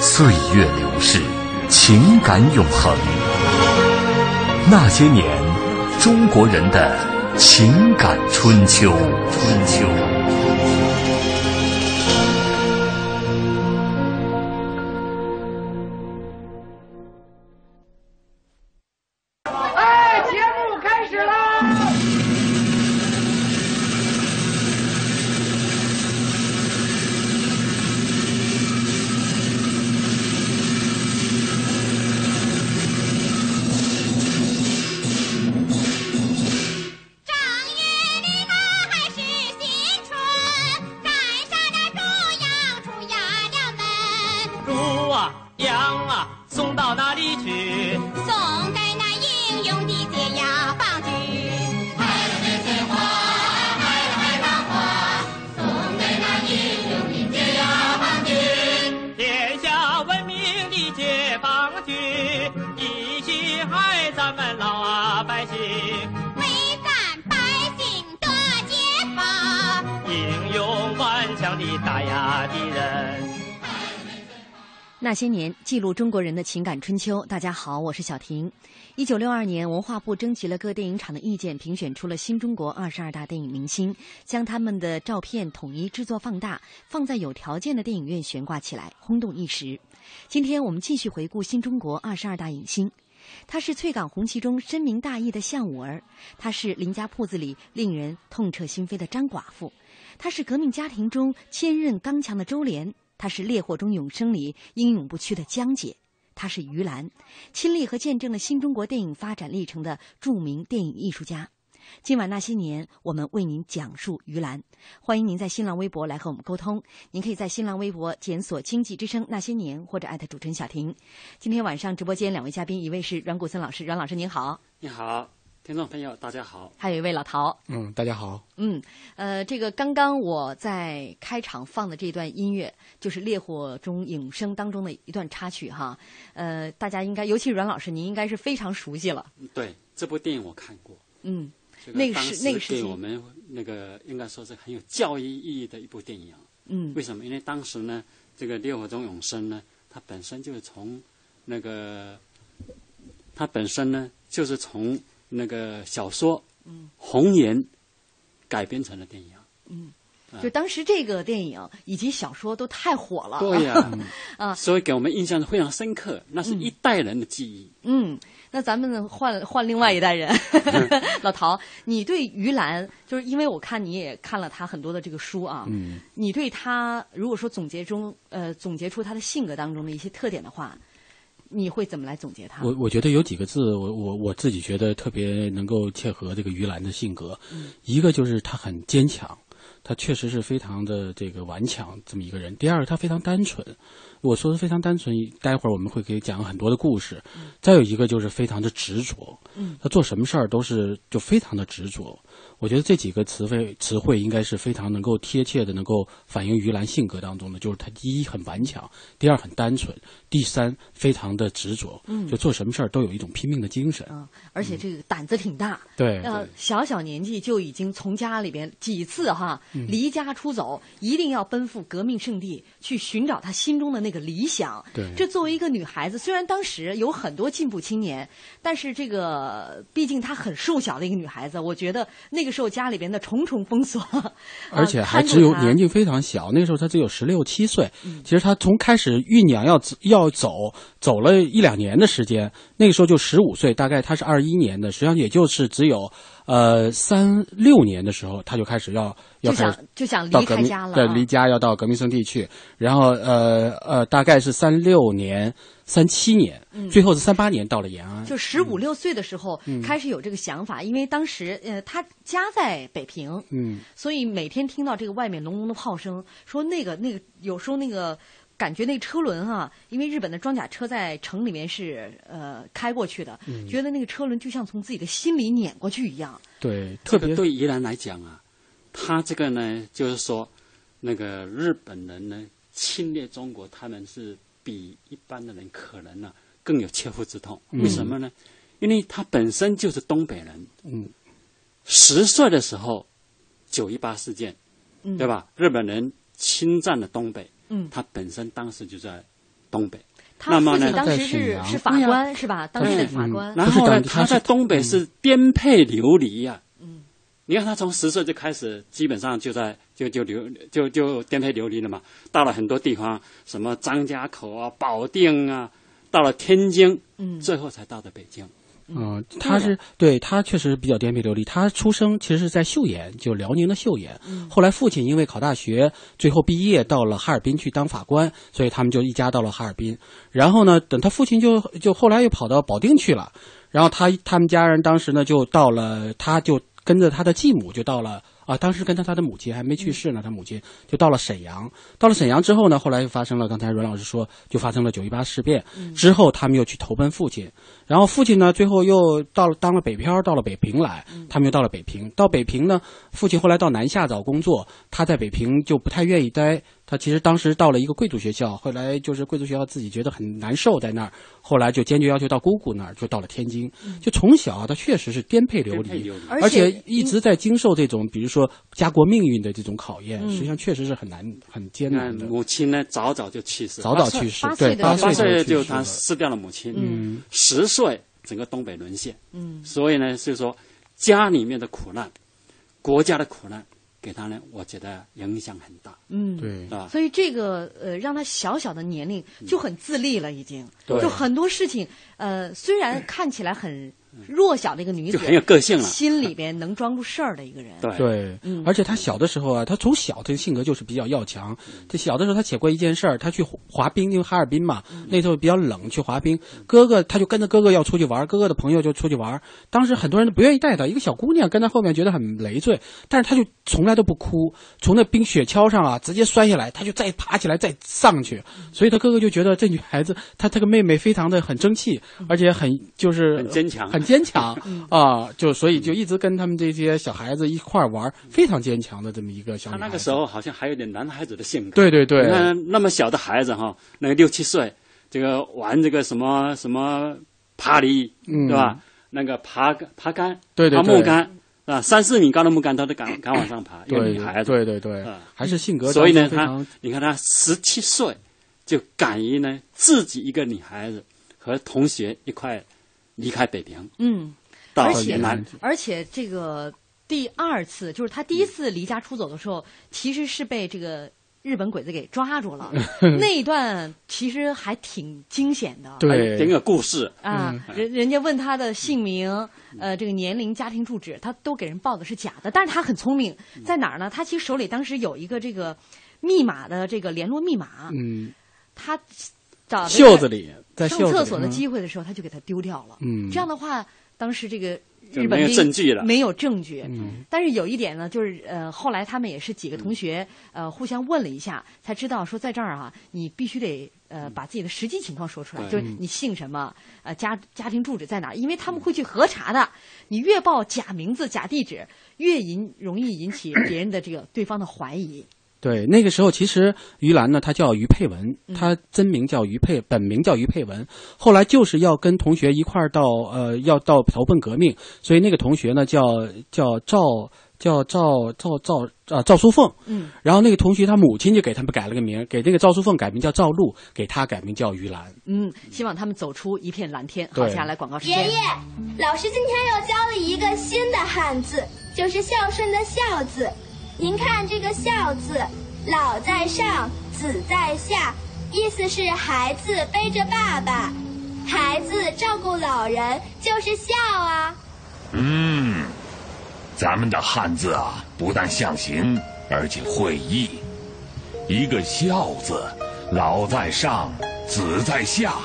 岁月流逝，情感永恒。那些年，中国人的情感春秋。春秋。哎，节目开始啦！啊那些年，记录中国人的情感春秋。大家好，我是小婷。一九六二年，文化部征集了各电影厂的意见，评选出了新中国二十二大电影明星，将他们的照片统一制作放大，放在有条件的电影院悬挂起来，轰动一时。今天我们继续回顾新中国二十二大影星。他是翠港红旗中深明大义的项武儿，他是林家铺子里令人痛彻心扉的张寡妇，他是革命家庭中坚韧刚强的周濂。她是《烈火中永生》里英勇不屈的江姐，她是于兰，亲历和见证了新中国电影发展历程的著名电影艺术家。今晚那些年，我们为您讲述于兰。欢迎您在新浪微博来和我们沟通，您可以在新浪微博检索“经济之声那些年”或者艾特主持人小婷。今天晚上直播间两位嘉宾，一位是阮谷森老师，阮老师您好，你好。听众朋友，大家好。还有一位老陶，嗯，大家好，嗯，呃，这个刚刚我在开场放的这段音乐，就是《烈火中永生》当中的一段插曲哈，呃，大家应该，尤其阮老师，您应该是非常熟悉了。对，这部电影我看过。嗯，那个是那个是对我们那个应该说是很有教育意义的一部电影。嗯，为什么？因为当时呢，这个《烈火中永生》呢，它本身就是从那个，它本身呢就是从。那个小说，嗯，红岩改编成了电影，嗯，就当时这个电影以及小说都太火了，对呀、 嗯啊，啊，所以给我们印象非常深刻，那是一代人的记忆。嗯，那咱们换换另外一代人， 老陶，你对于兰，就是因为我看你也看了他很多的这个书啊，嗯，你对他如果说总结中，呃，总结出他的性格当中的一些特点的话。你会怎么来总结他？我我觉得有几个字，我我我自己觉得特别能够切合这个于兰的性格。嗯、一个就是他很坚强，他确实是非常的这个顽强这么一个人。第二，他非常单纯。我说的非常单纯，待会儿我们会给讲很多的故事。嗯、再有一个就是非常的执着，嗯，他做什么事儿都是就非常的执着。我觉得这几个词汇词汇应该是非常能够贴切啊的，能够反映于兰性格当中的，就是他第一很顽强，第二很单纯，第三非常的执着，嗯，就做什么事儿都有一种拼命的精神啊、嗯，而且这个胆子挺大，对、嗯，呃，小小年纪就已经从家里边几次哈，嗯离家出走，一定要奔赴革命圣地，去寻找她心中的那个理想。对这作为一个女孩子，虽然当时有很多进步青年，但是这个毕竟她很瘦小的一个女孩子，我觉得那个时候家里边的重重封锁，而且呃还看只住有她年纪非常小，那时候他只有十六七岁。嗯其实他从开始酝酿要走要走，走了一两年的时间，那个时候就十五岁，大概他是二一年的，实际上也就是只有呃三六年的时候，他就开始要要就开想始就想到离革开命家了、对，啊离家要到革命圣地去。然后呃呃，大概是三六年、三七年，嗯最后是三八年到了延安。就十五六岁的时候、嗯开始有这个想法，因为当时呃他家在北平，嗯，所以每天听到这个外面隆隆的炮声，说那个那个有时候那个感觉那个车轮啊，因为日本的装甲车在城里面是呃开过去的，嗯觉得那个车轮就像从自己的心里碾过去一样。对，特别对宜兰来讲啊，他这个呢，就是说，那个日本人呢侵略中国，他们是比一般的人可能呢、更有切肤之痛。嗯为什么呢？因为他本身就是东北人，嗯，十岁的时候，九一八事件，嗯对吧？日本人侵占了东北，嗯他本身当时就在东北。他那么父呢亲，当时沈是阳是法对呀官、是吧？当啊地的法官。嗯然后呢，不是当地他他是嗯在东北是颠沛流离呀、嗯你看他从十岁就开始，基本上就在就就流就就颠沛流离了嘛。到了很多地方，什么张家口啊、保定啊，到了天津，嗯最后才到的北京。嗯，他是对他确实比较颠沛流离。他出生其实是在岫岩，就辽宁的岫岩。后来父亲因为考大学，最后毕业到了哈尔滨去当法官，所以他们就一家到了哈尔滨。然后呢，等他父亲就就后来又跑到保定去了。然后他他们家人当时呢就到了，他就跟着他的继母就到了啊，当时跟着他的母亲还没去世呢，他母亲就到了沈阳。到了沈阳之后呢，后来又发生了刚才阮老师说，就发生了九一八事变。之后他们又去投奔父亲，然后父亲呢最后又到了当了北漂，到了北平来，他们又到了北平。到北平呢，父亲后来到南下找工作，他在北平就不太愿意待。他其实当时到了一个贵族学校，后来就是贵族学校自己觉得很难受，在那儿，后来就坚决要求到姑姑那儿，就到了天津。就从小他确实是颠沛流颠沛离流离，而而且且一直在经受这种，比如说家国命运的这种考验，嗯实际上确实是很难、很艰那难的。母亲呢，早早就去世，早早去世，对，嗯八八八岁岁就就去世了他失掉了母亲，嗯，十岁整个东北沦陷，嗯，所以呢，是说家里面的苦难，国家的苦难，给他呢，我觉得影响很大，嗯，对啊，所以这个呃，让他小小的年龄就很自立了，已嗯经。对就很多事情，呃，虽然看起来很弱小的一个女就子，很有个性了心里边能装出事儿的一个人。对对，嗯而且他小的时候啊，他从小他性格就是比较要强。他小的时候，他写过一件事儿，他去滑冰，因为哈尔滨嘛，嗯那时候比较冷，去滑冰。哥哥他就跟着哥哥要出去玩，哥哥的朋友就出去玩。当时很多人都不愿意带他，一个小姑娘跟在后面觉得很累赘，但是他就从来都不哭，从那冰雪橇上啊直接摔下来，他就再爬起来再上去。嗯所以他哥哥就觉得这女孩子，她这个妹妹非常的很争气，嗯而且很就是很坚强嗯很坚强啊，就所以就一直跟他们这些小孩子一块儿玩儿，非常坚强的这么一个小他女孩。那个时候好像还有点男孩子的性格。对对对你看那么小的孩子哈，那个六七岁，这个玩这个什么什么爬犁，嗯对吧？那个爬爬杆，对对爬对木杆，啊，三四米高的木杆他都敢敢往上爬，一个对女孩子。对对对啊，还是性格所以呢，当中非他常你看他十七岁就敢于呢自己一个女孩子和同学一块离开北平，嗯，到而且云南。而且这个第二次，就是他第一次离家出走的时候，其实是被这个日本鬼子给抓住 了。那一段其实还挺惊险的。对哎整个故事啊，嗯人人家问他的姓名、呃，这个年龄、家庭住址，他都给人报的是假的。但是他很聪明，嗯在哪儿呢？他其实手里当时有一个这个密码的这个联络密码，嗯，他找了一个袖子里在袖上子里厕所的嗯机会的时候，他就给他丢掉了。嗯这样的话，当时这个就日本没有兵证据了没有证据。嗯但是有一点呢，就是呃，后来他们也是几个同学呃互相问了一下，才知道说在这儿啊，你必须得呃把自己的实际情况说出来，对就是你姓什么，呃家家庭住址在哪儿，因为他们会去核查的。你越报假名字、假地址，越引容易引起别人的这个对方的怀疑。对，那个时候其实于兰呢，她叫于佩文，嗯她真名叫于佩，本名叫于佩文。后来就是要跟同学一块儿到呃，要到投奔革命，所以那个同学呢叫叫赵叫赵赵赵啊赵淑凤。嗯，然后那个同学他母亲就给他们改了个名，给这个赵淑凤改名叫赵露，给她改名叫于兰。嗯，希望他们走出一片蓝天。好，对接下来广告时爷间。爷，老师今天又教了一个新的汉字，就是孝顺的孝字。您看这个孝字，老在上，子在下，意思是孩子背着爸爸，孩子照顾老人就是孝啊。嗯，咱们的汉字啊，不但象形，而且会意。一个“孝”字，老在上，子在下，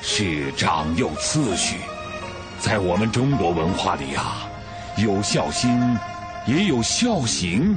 是长幼次序。在我们中国文化里啊，有孝心，也有孝行，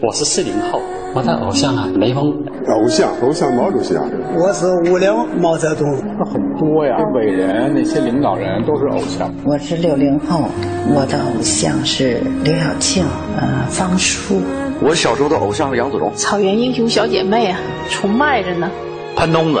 我是四零后，我的偶像啊，雷锋。偶像，偶像毛主席啊！我是五零毛泽东。很多呀，伟人那些领导人都是偶像。我是六零后，我的偶像是刘晓庆，呃，方舒，我小时候的偶像是杨子荣，草原英雄小姐妹啊，崇拜着呢。潘东子，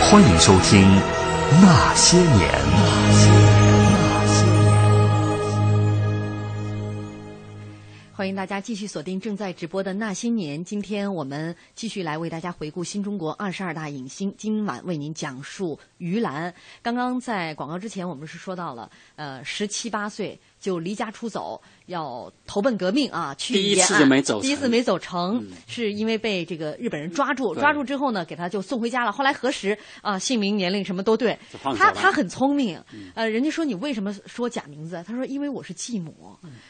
欢迎收听《那些年》。欢迎大家继续锁定正在直播的《那些年》，今天我们继续来为大家回顾新中国二十二大影星，今晚为您讲述于兰。刚刚在广告之前，我们是说到了，呃，十七八岁就离家出走，要投奔革命啊，去第一延次安就没走成第一次没走成，是因为被这个日本人抓住，对抓住之后呢，给他就送回家了。后来核实啊、姓名、年龄什么都对就，放手他了嗯他很聪明，呃，人家说你为什么说假名字？他说因为我是继母，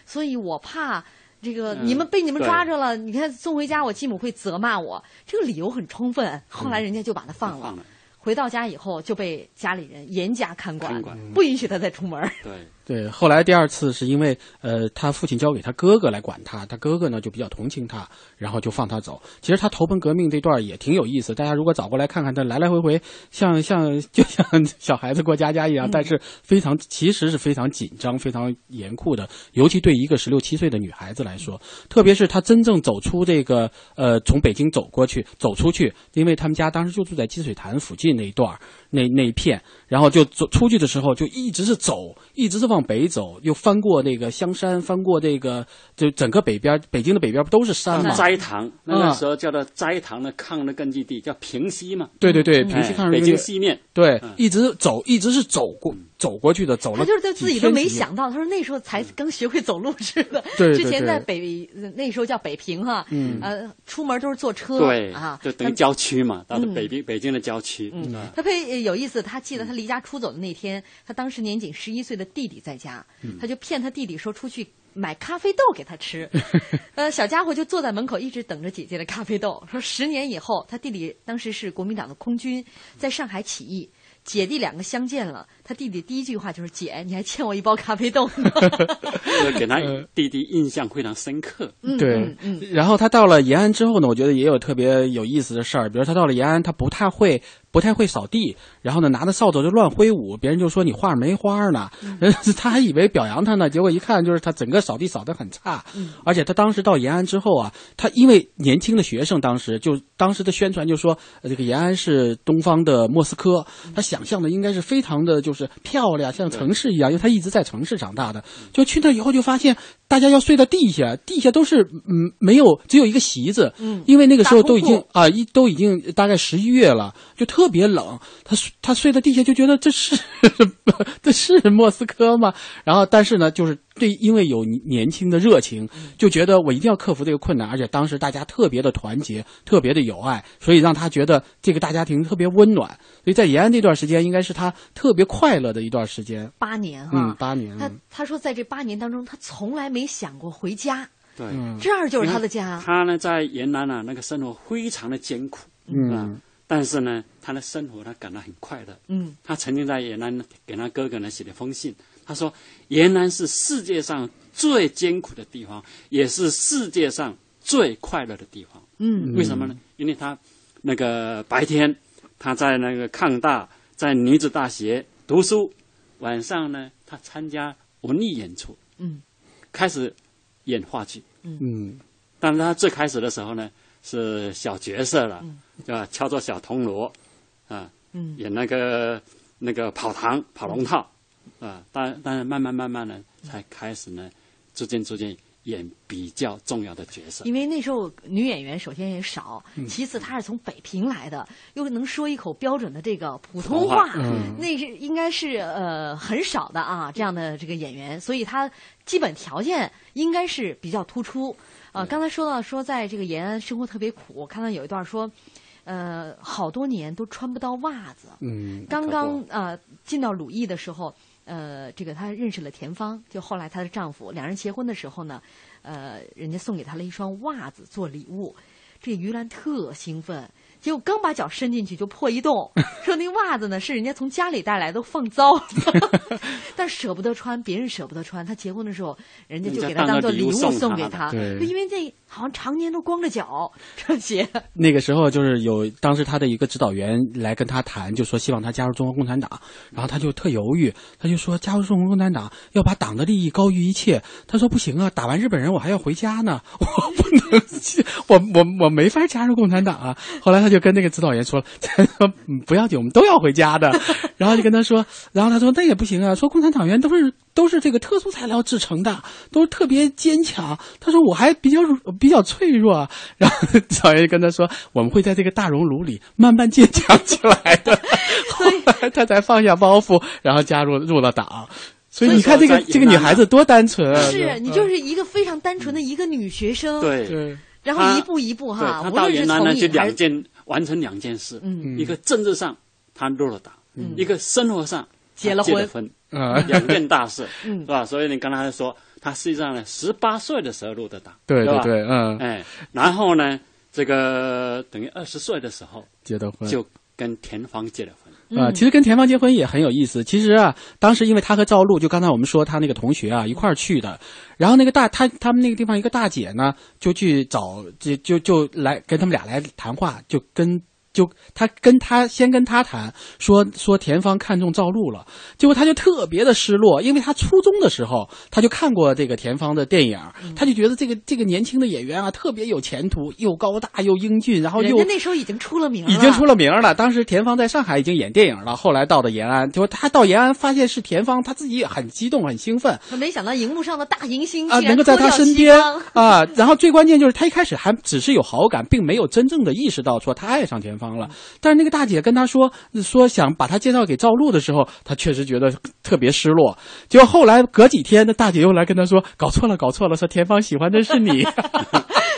所以我怕。这个嗯你们被你们对抓着了，你看送回家，我继母会责骂我，这个理由很充分。后来人家就把他放了，回到家以后就被家里人严加看管，看管不允许他再出门。对，对，后来第二次是因为呃，他父亲交给他哥哥来管他，他哥哥呢就比较同情他，然后就放他走。其实他投奔革命这段也挺有意思，大家如果找过来看看，他来来回回像像 就像小孩子过家家一样，嗯但是非常其实是非常紧张、非常严酷的，尤其对一个十六七岁的女孩子来说，特别是她真正走出这个呃从北京走过去走出去，因为他们家当时就住在积水潭附近那一段儿那那一片，然后就走出去的时候就一直是走，一直是往北走，又翻过那个香山，翻过这个就整个北边北京的北边不都是山吗？斋堂那个啊时候叫做斋堂的抗日根据地，叫平西嘛。对对对，嗯平西抗哎日北根据京地西面。对，一直走，一直是走过走过去的，走他了就是他自己都没几天想到，他说那时候才刚学会走路似的。对对之前对在北那时候叫北平哈，嗯呃，出门都是坐车对啊，就等于他郊区嘛，到嗯北京北京的郊区。嗯他配有意思，他嗯记得他离家出走的那天，他当时年仅十一岁的弟弟在家，嗯他就骗他弟弟说出去买咖啡豆给 他吃，呃，小家伙就坐在门口一直等着姐姐的咖啡豆。说十年以后，他弟弟当时是国民党的空军，在上海起义。姐弟两个相见了，他弟弟第一句话就是：“姐，你还欠我一包咖啡豆 呢。 就给他弟弟印象非常深刻。嗯嗯对，嗯然后他到了延安之后呢，我觉得也有特别有意思的事儿，比如他到了延安，他不太会不太会扫地，然后呢拿着扫帚就乱挥舞，别人就说你画没花呢，嗯、他还以为表扬他呢，结果一看就是他整个扫地扫得很差，嗯、而且他当时到延安之后啊，他因为年轻的学生当时就当时的宣传就说、呃、这个延安是东方的莫斯科，他想象的应该是非常的就是漂亮，像城市一样，因为他一直在城市长大的，就去那以后就发现。大家要睡到地下，地下都是嗯没有，只有一个席子，嗯，因为那个时候都已经啊一、呃、都已经大概十一月了，就特别冷。他他睡在地下就觉得这是 这是莫斯科吗？然后但是呢，就是对，因为有年轻的热情，就觉得我一定要克服这个困难，而且当时大家特别的团结，特别的友爱，所以让他觉得这个大家庭特别温暖。所以在延安那段时间，应该是他特别快乐的一段时间。八年哈、啊嗯，八年。他他说，在这八年当中，他从来没想过回家。对，这儿就是他的家。他呢，在延安啊，那个生活非常的艰苦。嗯、啊，但是呢，他的生活他感到很快乐。嗯，他曾经在延安给他哥哥呢写了封信，他说：“延安是世界上最艰苦的地方，也是世界上最快乐的地方。”嗯，为什么呢？因为他那个白天。他在那个抗大，在女子大学读书，晚上呢，他参加文艺演出，嗯，开始演话剧，嗯，但是他最开始的时候呢，是小角色了，对、嗯、吧？敲着小铜锣，啊，嗯、演那个那个跑堂、跑龙套，啊，但但是慢慢慢慢呢，才开始呢，逐渐逐渐。演比较重要的角色，因为那时候女演员首先也少，嗯、其次她是从北平来的，又能说一口标准的这个普通话，话嗯、那是应该是呃很少的啊，这样的这个演员，所以她基本条件应该是比较突出。呃，刚才说到说在这个延安生活特别苦，我看到有一段说。呃，好多年都穿不到袜子。嗯，刚刚呃进到鲁艺的时候，呃，这个她认识了田芳，就后来她的丈夫，两人结婚的时候呢，呃，人家送给她了一双袜子做礼物，这于兰特兴奋，结果刚把脚伸进去就破一洞，说那袜子呢是人家从家里带来的，放糟 了，但舍不得穿，别人舍不得穿，她结婚的时候人家就给她当做礼物送给她，对就因为这。好像常年都光着脚穿鞋。那个时候就是有当时他的一个指导员来跟他谈，就说希望他加入中国共产党，然后他就特犹豫，他就说加入中国共产党要把党的利益高于一切。他说不行啊，打完日本人我还要回家呢，我不能，我我我没法加入共产党啊。后来他就跟那个指导员说了，他说、嗯、不要紧，我们都要回家 的。然后就跟他说，然后他说那也不行啊，说共产党员都是。都是这个特殊材料制成的，都是特别坚强。他说我还比较比较脆弱，然后小爷跟他说，我们会在这个大熔炉里慢慢坚强起来 的。后来他才放下包袱，然后加入入了党。所以你看这个这个女孩子多单纯啊！是你就是一个非常单纯的一个女学生。对对。然后一步一步哈，她到延安呢就两件完成两件事，嗯、一个政治上她入了党，嗯、一个生活上结了婚。啊，嗯两件大 事，是吧？所以你刚才说，他实际上呢，十八岁的时候入的党，对对对，嗯，哎，然后呢，这个等于二十岁的时候结的婚，就跟田芳结了婚。啊、呃，其实跟田芳结婚也很有意思。其实啊，当时因为他和赵露，就刚才我们说他那个同学啊一块儿去的，然后那个大他他们那个地方一个大姐呢，就去找就就就来跟他们俩来谈话，就跟。就他跟他先跟他谈，说说田芳看中赵露了，结果他就特别的失落，因为他初中的时候他就看过这个田芳的电影，他就觉得这个这个年轻的演员啊特别有前途，又高大又英俊，然后又那时候已经出了名哦了，已经出了名了。当时田芳在上海已经演电影了，后来到了延安，结果他到延安发现是田芳，他自己也很激动很兴奋，没想到荧幕上的大明星啊能够在他身边 啊，然后最关键就是他一开始还只是有好感，并没有真正的意识到说他爱上田芳。方了，但是那个大姐跟他说说想把他介绍给赵露的时候，他确实觉得特别失落。结果后来隔几天，那大姐又来跟他说搞错了，搞错了，说田芳喜欢的是你。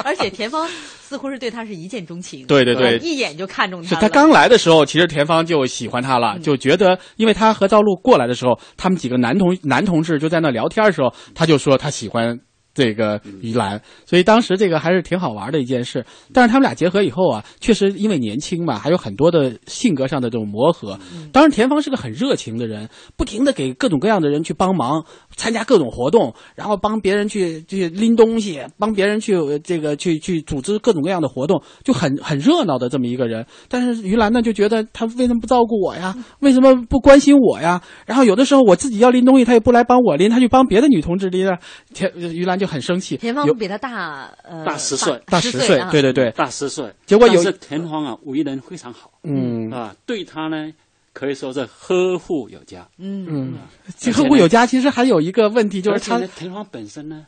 而且田芳似乎是对他是一见钟情， 对对对，一眼就看中他。是他刚来的时候，其实田芳就喜欢他了，就觉得，因为他和赵露过来的时候，他们几个男同男同志就在那聊天的时候，他就说他喜欢。这个于兰，所以当时这个还是挺好玩的一件事。但是他们俩结合以后啊，确实因为年轻嘛，还有很多的性格上的这种磨合。当然，田芳是个很热情的人，不停的给各种各样的人去帮忙，参加各种活动，然后帮别人去去拎东西，帮别人去呃这个去去组织各种各样的活动，就很很热闹的这么一个人。但是于兰呢，就觉得他为什么不照顾我呀？为什么不关心我呀？然后有的时候我自己要拎东西，他也不来帮我拎，他去帮别的女同志拎啊。田于兰就很生气。田芳有比他大呃大十岁，大十岁，啊对对对，大十岁。结果有但是田芳啊，为人非常好，嗯啊，对他呢可以说是呵护有加。嗯嗯，且这呢个物有家其实还有一个问题，就是而且他呢田芳本身呢，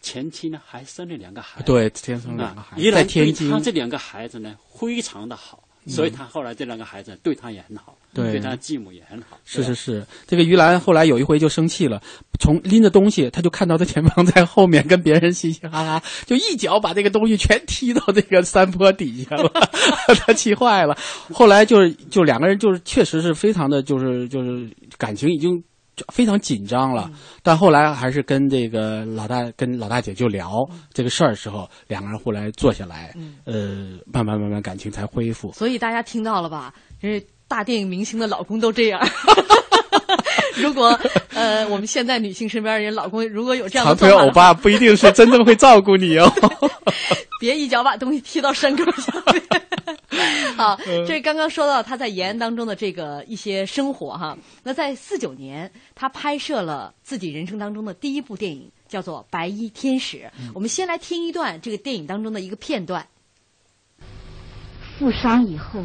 前妻呢还生了两个孩子，对天生两个孩子，依在然天对津他，这两个孩子呢非常的好，所以他后来这两个孩子对他也很好，对他继母也很好。是是是，这个于兰后来有一回就生气了，从拎着东西，她就看到她前方在后面跟别人嘻嘻哈哈，就一脚把这个东西全踢到这个山坡底下了， 她气坏了。后来就是就两个人就是确实是非常的就是就是感情已经。非常紧张嗯了，但后来还是跟这个老大跟老大姐就聊这个事儿的时候，两个人后来坐下来，呃，慢慢慢慢感情才恢复。所以大家听到了吧？这大电影明星的老公都这 样。如果呃，我们现在女性身边的人老公如果有这样的长做腿法的话，欧巴不一定是真正会照顾你哦。 别一脚把东西踢到山沟下面。好，这是刚刚说到他在延安当中的这个一些生活哈。那在四九年，他拍摄了自己人生当中的第一部电影，叫做《白衣天使》。我们先来听一段这个电影当中的一个片段。负伤以后，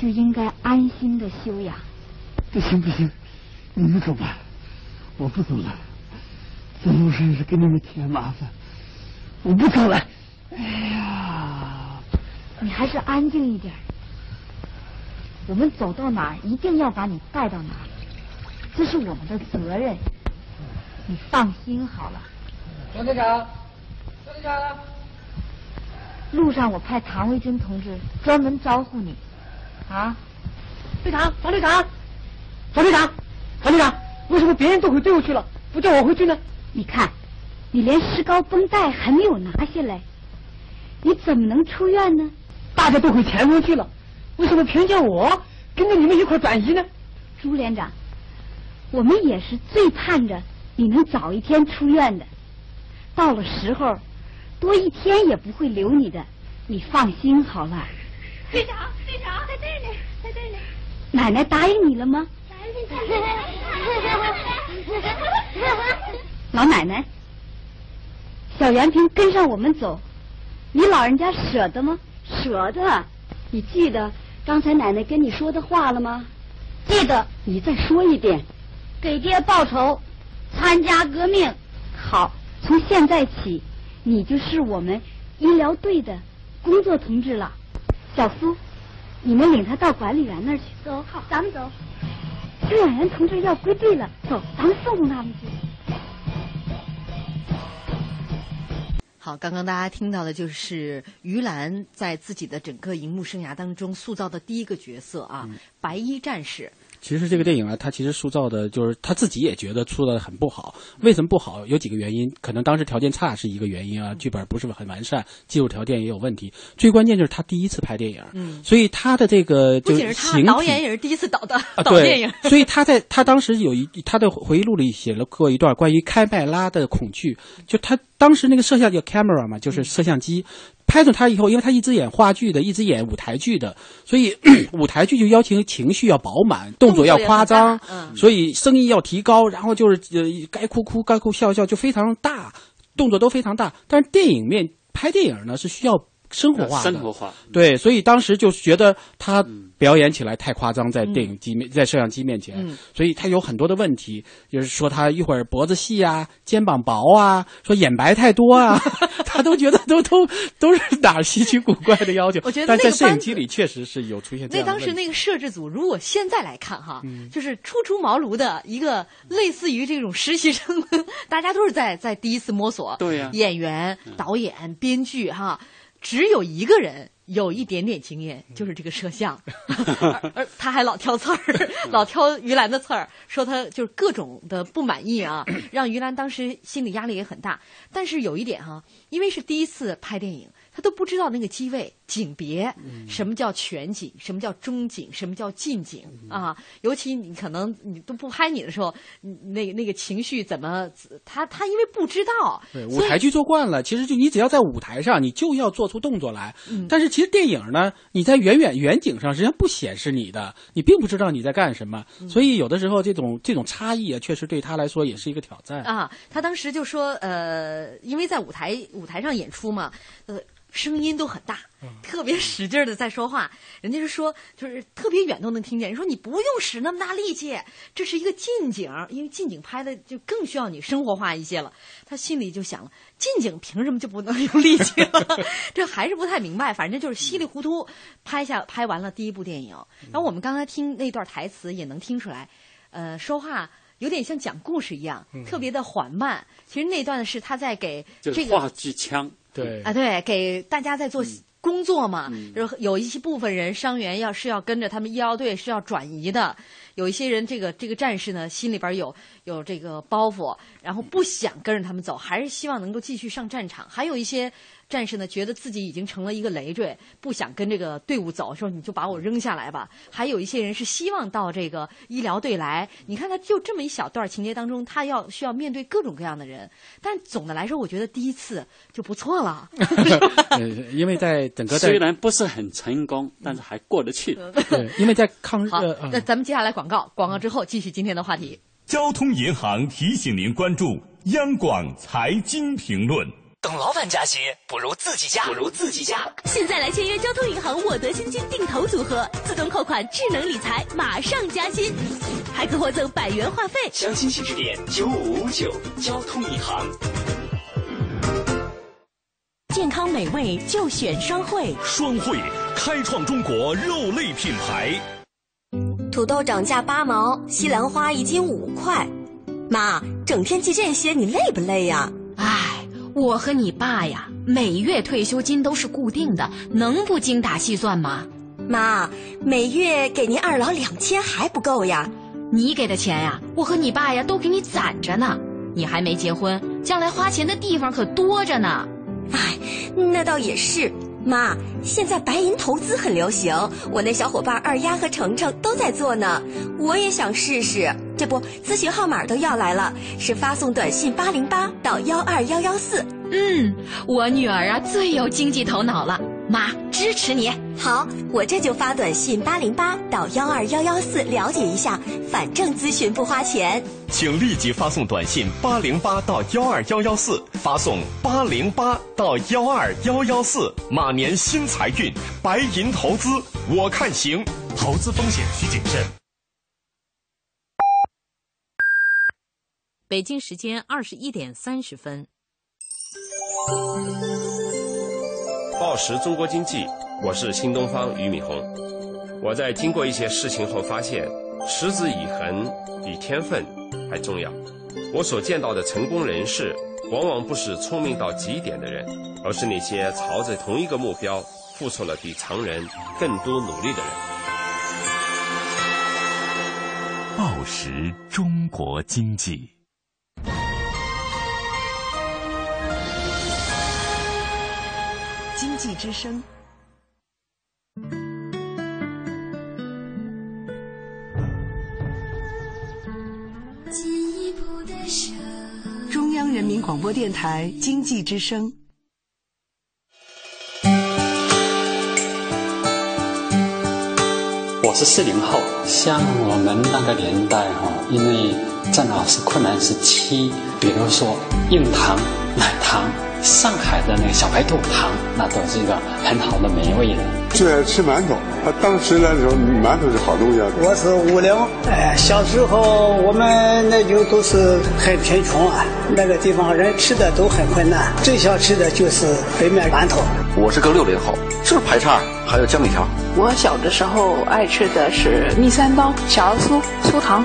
就应该安心的休养。不行不行，你们走吧，我不走了，在路上是给你们添麻烦，我不走了。哎呀，你还是安静一点儿。我们走到哪儿，一定要把你带到哪儿，这是我们的责任。你放心好了。张队长，张队长，路上我派唐维军同志专门招呼你，啊，队长，王队长，王队长，王队长，为什么别人都回队伍去了，不叫我回去呢？你看，你连石膏绷带还没有拿下来，你怎么能出院呢？大家都回前屋去了，为什么偏叫我跟着你们一块儿转移呢？朱连长，我们也是最盼着你能早一天出院的。到了时候，多一天也不会留你的，你放心好了。队长，队长，在这里，在这里。奶奶答应你了吗？老奶奶，小袁平跟上我们走，你老人家舍得吗？舍得。你记得刚才奶奶跟你说的话了吗？记得。你再说一遍。给爹报仇，参加革命。好，从现在起，你就是我们医疗队的工作同志了。小苏，你们领他到管理员那儿去。走，好，咱们走。饲养员同志要归队了，走，咱们送送他们去。好，刚刚大家听到的就是于兰在自己的整个荧幕生涯当中塑造的第一个角色啊，嗯白衣战士。其实这个电影啊，它其实塑造的就是他自己也觉得塑造的很不好。为什么不好？有几个原因，可能当时条件差是一个原因啊，剧本不是很完善，技术条件也有问题。最关键就是他第一次拍电影，嗯所以他的这个不就仅是他，形导体演也是第一次导的啊， 导对电影。所以他在他当时有一他的回忆录里写了过一段关于开麦拉的恐惧，就他当时那个摄像叫 camera 嘛，就是摄像机。拍着他以后，因为他一直演话剧的，一直演舞台剧的，所以 舞台剧就要求情绪要饱满，动作要夸张，动作也很大嗯所以声音要提高，然后就是呃该哭哭该哭笑笑，就非常大，动作都非常大。但是电影面拍电影呢是需要生活化的，生活化，嗯对，所以当时就觉得他表演起来太夸张，在嗯电影机面，在摄像机面前，嗯所以他有很多的问题，就是说他一会儿脖子细啊，肩膀薄啊，说眼白太多 啊，他都觉得都都都是哪儿稀奇古怪的要求。我觉得但那在个摄班影子机里确实是有出现这那样的当问题。时那个摄制组，如果现在来看哈，嗯就是初出茅庐的一个类似于这种实习生， 大家都是在在第一次摸索。对呀嗯演员、导演、编剧哈，只有一个人。有一点点经验，嗯就是这个摄像， 而而他还老挑刺儿，老挑于兰的刺儿，说他就是各种的不满意 啊，让于兰当时心理压力也很大。但是有一点哈、因为是第一次拍电影，他都不知道那个机位景别，嗯什么叫全景，什么叫中景，什么叫近景嗯啊。尤其你可能你都不拍你的时候，你那那个情绪怎么，他他因为不知道，对，舞所以台剧做惯了，其实就你只要在舞台上，你就要做出动作来。嗯但是其实电影呢，你在远远远景上实际上不显示你的，你并不知道你在干什么。嗯所以有的时候这种这种差异啊，确实对他来说也是一个挑战。啊，他当时就说，呃，因为在舞台舞台上演出嘛，呃，声音都很大，特别使劲的在说话，人家就说，就是特别远都能听见。人说你不用使那么大力气，这是一个近景，因为近景拍的就更需要你生活化一些了。他心里就想了，近景凭什么就不能用力气了？ 这还是不太明白，反正就是稀里糊涂拍下拍完了第一部电影。然后我们刚才听那段台词也能听出来，呃，说话有点像讲故事一样，嗯特别的缓慢。其实那段是他在给就这是个话嗯剧腔，对啊，对，给大家在做工作嘛，嗯就是有一些部分人伤员要是要跟着他们医疗队是要转移的，有一些人这个这个战士呢心里边有有这个包袱，然后不想跟着他们走，还是希望能够继续上战场，还有一些。战士呢，觉得自己已经成了一个累赘，不想跟这个队伍走，说你就把我扔下来吧。还有一些人是希望到这个医疗队来。你看，他就这么一小段情节当中，他要需要面对各种各样的人。但总的来说，我觉得第一次就不 错了。呃因为在整个在虽然不是很成功，但是还过得去。对，因为在抗日嗯呃嗯好，那咱们接下来广告，广告之后继续今天的话题。交通银行提醒您关注央广财经评论。等老板加薪，不如自己加，不如自己加。现在来签约交通银行沃德新金定投组合，自动扣款、智能理财，马上加薪，还可获赠百元话费。详情请致电九五五九交通银行。健康美味就选双汇，双汇开创中国肉类品牌。土豆涨价八毛，西兰花一斤五块。妈，整天记这些，你累不累呀、唉，哎我和你爸呀，每月退休金都是固定的，能不精打细算吗？妈，每月给您二老两千还不够呀？你给的钱呀，我和你爸呀都给你攒着呢。你还没结婚，将来花钱的地方可多着呢。哎那倒也是。妈，现在白银投资很流行，我那小伙伴二丫和程程都在做呢，我也想试试。这不，咨询号码都要来了，是发送短信八零八到幺二幺幺四。嗯，我女儿啊最有经济头脑了，妈支持你。好，我这就发短信八零八到幺二幺幺四了解一下，反正咨询不花钱。请立即发送短信八零八到幺二幺幺四，发送八零八到幺二幺幺四。马年新财运，白银投资我看行，投资风险需谨慎。北京时间二十一点三十分。报时中国经济，我是新东方俞敏洪。我在经过一些事情后发现，持之以恒比天分还重要。我所见到的成功人士，往往不是聪明到极点的人，而是那些朝着同一个目标付出了比常人更多努力的人。报时中国经济，经济之声，进一步的舍。中央人民广播电台经济之声。我是四零后，像我们那个年代哈、因为正好是困难时期，比如说硬糖、奶糖，上海的那个小白兔糖，那都是一个很好的美味的。最爱吃馒头，他当时那时候馒头是好东西啊。我是五零，哎，小时候我们那就都是很贫穷啊，那个地方人吃的都很困难，最想吃的就是北面馒头。我是个六零后，就是排叉还有江米条。我小的时候爱吃的是蜜三刀、小酥酥糖，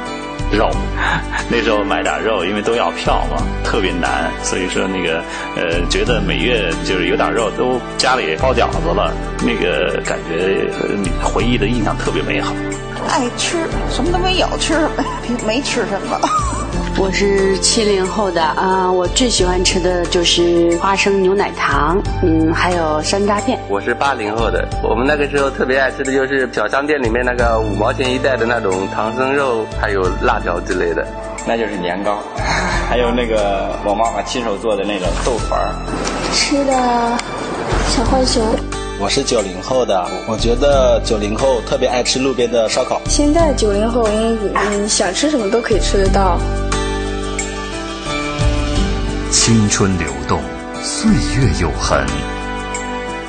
肉， 那时候买点肉，因为都要票嘛，特别难，所以说那个呃，觉得每月就是有点肉，都家里包饺子了，那个感觉、呃回忆的印象特别美好。爱吃，什么都没有，吃什么？没吃什么。我是七零后的啊、呃我最喜欢吃的就是花生牛奶糖，嗯，还有山楂片。我是八零后的，我们那个时候特别爱吃的就是小商店里面那个五毛钱一袋的那种唐僧肉，还有辣条之类的。那就是年糕，还有那个我妈妈亲手做的那种豆团儿。吃的小浣熊。我是九零后的，我觉得九零后特别爱吃路边的烧烤。现在九零后，嗯嗯，想吃什么都可以吃得到。青春流动，岁月有痕。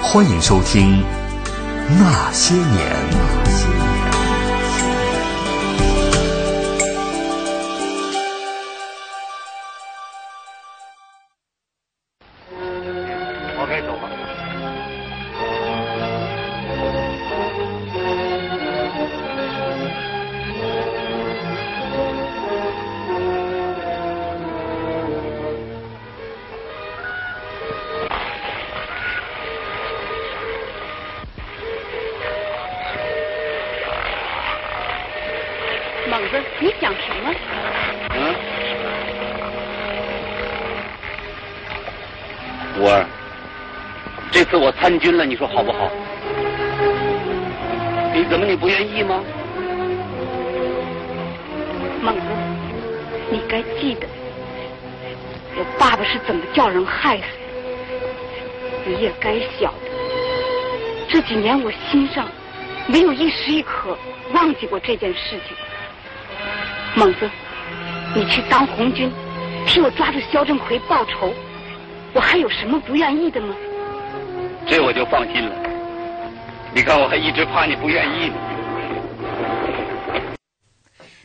欢迎收听《那些年》。我该走了。猛子，你想什么？五儿，这次我参军了，你说好不好？你怎么你不愿意吗？猛子，你该记得，我爸爸是怎么叫人害死的，你也该晓得。这几年我心上没有一时一刻忘记过这件事情。猛子，你去当红军，替我抓住肖振奎报仇，我还有什么不愿意的吗？这我就放心了。你看，我还一直怕你不愿意呢。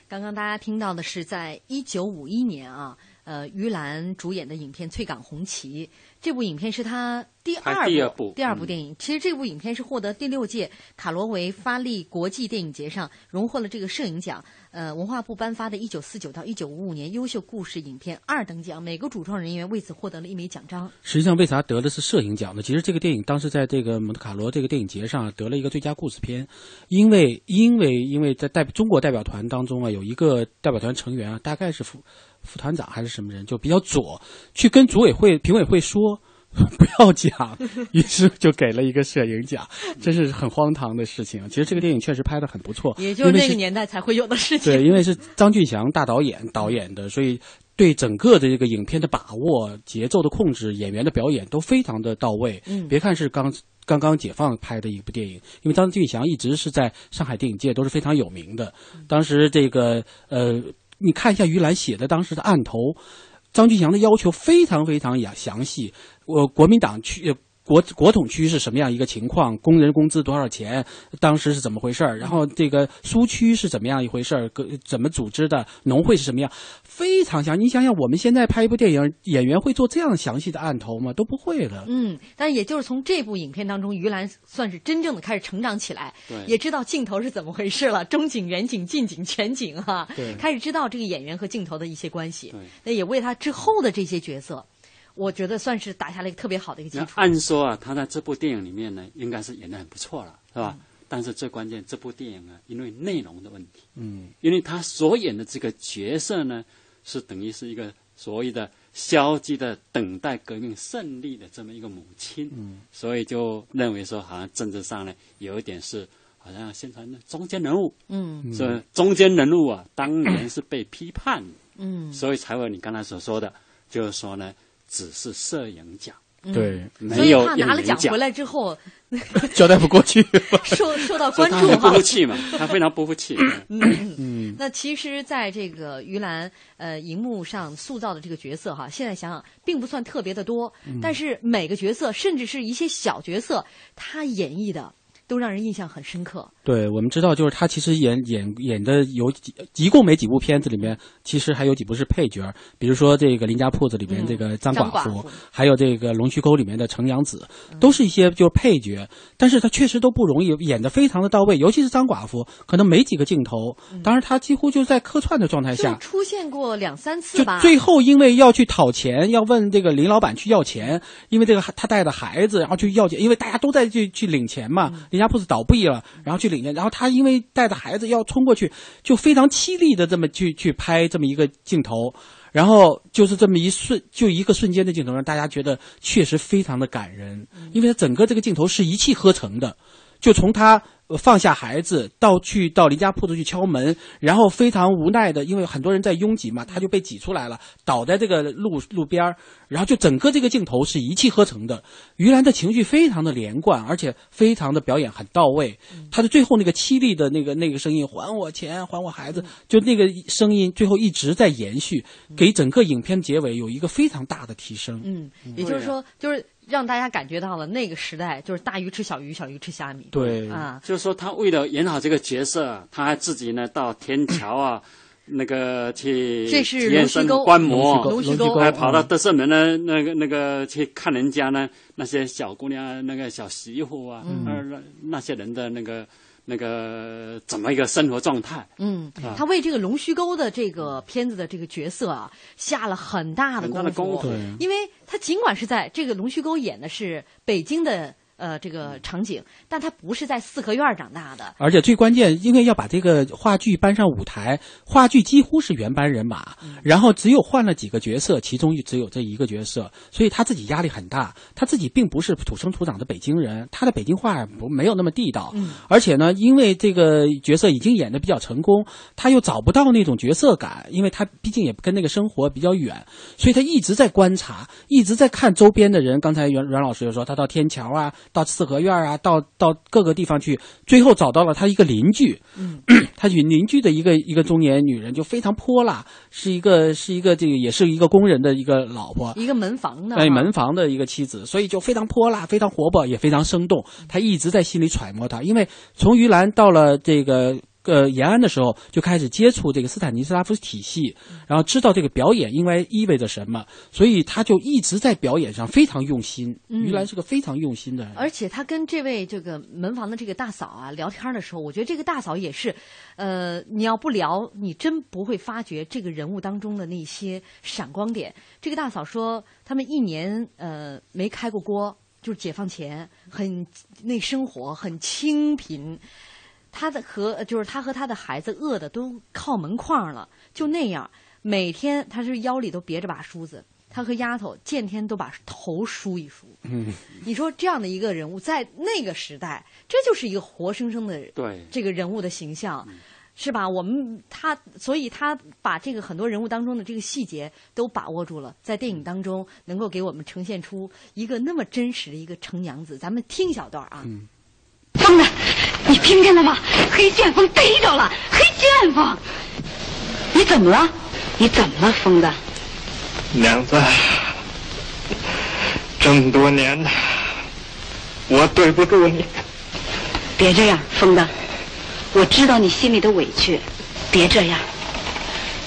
刚刚大家听到的是在一九五一年啊，呃，于兰主演的影片《翠港红旗》。这部影片是她第二她部嗯第二部部电影。其实这部影片是获得第六届卡罗维发力国际电影节上荣获了这个摄影奖，呃，文化部颁发的1949到1955年优秀故事影片二等奖，每个主创人员为此获得了一枚奖章。实际上，为啥得的是摄影奖呢？其实这个电影当时在这个蒙特卡罗这个电影节上得了一个最佳故事片，因为因为因为在代中国代表团当中啊，有一个代表团成员啊，大概是副副团长还是什么人，就比较左，去跟组委会、评委会说。 不要讲，于是就给了一个摄影奖，这是很荒唐的事情。其实这个电影确实拍的很不错，也就是因为那个年代才会有的事情。对，因为是张俊祥大导演导演的，所以对整个的这个影片的把握、节奏的控制、演员的表演都非常的到位。嗯别看是刚刚刚解放拍的一部电影，因为张俊祥一直是在上海电影界都是非常有名的。当时这个呃，你看一下于兰写的当时的案头，张俊祥的要求非常非常详详细。呃，国民党区。呃国国统区是什么样一个情况？工人工资多少钱？当时是怎么回事儿？然后这个苏区是怎么样一回事儿？各怎么组织的？农会是什么样？非常详。你想想，我们现在拍一部电影，演员会做这样详细的案头吗？都不会了。嗯，但是也就是从这部影片当中，于兰算是真正的开始成长起来，对也知道镜头是怎么回事了，中景、远景、近景、全景哈、对开始知道这个演员和镜头的一些关系对，那也为他之后的这些角色，我觉得算是打下了一个特别好的一个基那础。按说啊，他在这部电影里面呢，应该是演的很不错了，嗯是吧？但是最关键，这部电影啊，因为内容的问题，嗯因为他所演的这个角色呢，是等于是一个所谓的消极的等待革命胜利的这么一个母亲，嗯所以就认为说，好像政治上呢有一点是好像宣传的中间人物，嗯所以中间人物啊，当年是被批判的，嗯所以才会你刚才所说的，就是说呢，只是摄影奖，嗯对所没以有他演拿了员奖回来之后，交代不过去。受受到所以 关他注很哈不。服气嘛，他非常不服气，嗯那其实，在这个于兰呃荧幕上塑造的这个角色哈，现在想想并不算特别的多，嗯但是每个角色，甚至是一些小角色，她演绎的都让人印象很深刻。对，我们知道，就是他其实演演演的有几，一共没几部片子里面，其实还有几部是配角，比如说这个《林家铺子》里面这个张嗯张寡寡妇，妇嗯还有这个《龙须沟》里面的程阳子，都是一些就是配角，但是他确实都不容易，演的非常的到位，尤其是张寡妇，可能没几个镜头，嗯当然他几乎就在客串的状态下，出现过两三次就吧，最后因为要去讨钱，要问这个林老板去要钱，因为这个他带着孩子，然后去要钱，因为大家都在去去领钱嘛，嗯林家铺子倒闭了，然后去领钱，然后他因为带着孩子要冲过去，就非常凄厉的这么去去拍这么一个镜头。然后就是这么一瞬，就一个瞬间的镜头，让大家觉得确实非常的感人，因为他整个这个镜头是一气呵成的，就从他呃放下孩子到去到林家铺子去敲门，然后非常无奈的，因为很多人在拥挤嘛，他就被挤出来了，倒在这个路路边儿然后就整个这个镜头是一气呵成的。于兰的情绪非常的连贯，而且非常的表演很到位。他的最后那个凄厉的那个那个声音，还我钱，还我孩子，就那个声音最后一直在延续，给整个影片结尾有一个非常大的提升。嗯，也就是说，就是让大家感觉到了那个时代就是大鱼吃小鱼，小鱼吃虾米。对啊，就是说他为了演好这个角色，他还自己呢到天桥啊，那个去这是体验生活观摩，龙须沟龙须沟还跑嗯到德胜门呢，那个那个去看人家呢那些小姑娘啊、那个小媳妇啊，嗯那那那些人的那个那个怎么一个生活状态。嗯啊，他为这个龙须沟的这个片子的这个角色啊，下了很大的很功大夫，的功夫对因为他尽管是在这个龙须沟演的是北京的呃这个场景，但他不是在四合院儿长大的，而且最关键，因为要把这个话剧搬上舞台，话剧几乎是原班人马，嗯然后只有换了几个角色，其中只有这一个角色，所以他自己压力很大。他自己并不是土生土长的北京人，他的北京话不没有那么地道，嗯而且呢，因为这个角色已经演得比较成功，他又找不到那种角色感，因为他毕竟也跟那个生活比较远，所以他一直在观察，一直在看周边的人。刚才袁袁老师就说，他到天桥啊，到四合院啊，到到各个地方去，最后找到了他一个邻居，嗯， 他与邻居的一个一个中年女人就非常泼辣，是一个是一个这个也是一个工人的一个老婆，一个门房的、哎，门房的一个妻子，所以就非常泼辣，非常活泼，也非常生动。他一直在心里揣摩他，因为从于兰到了这个。呃，延安的时候就开始接触这个斯坦尼斯拉夫体系，然后知道这个表演应该意味着什么，所以他就一直在表演上非常用心。嗯于兰是个非常用心的人，而且他跟这位这个门房的这个大嫂啊聊天的时候，我觉得这个大嫂也是，呃，你要不聊，你真不会发觉这个人物当中的那些闪光点。这个大嫂说，他们一年呃没开过锅，就是解放前很那生活很清贫，他的和呃就是他和他的孩子饿的都靠门框了，就那样，每天他是腰里都别着把梳子。他和丫头见天都把头梳一梳，嗯，你说这样的一个人物，在那个时代，这就是一个活生生的对这个人物的形象，是吧？我们他，所以他把这个很多人物当中的这个细节都把握住了，在电影当中能够给我们呈现出一个那么真实的一个程娘子。咱们听一小段啊，你听见了吗？黑旋风逮着了，黑旋风！你怎么了？你怎么了，疯子？娘子，这么多年了，我对不住你。别这样，疯子，我知道你心里的委屈，别这样，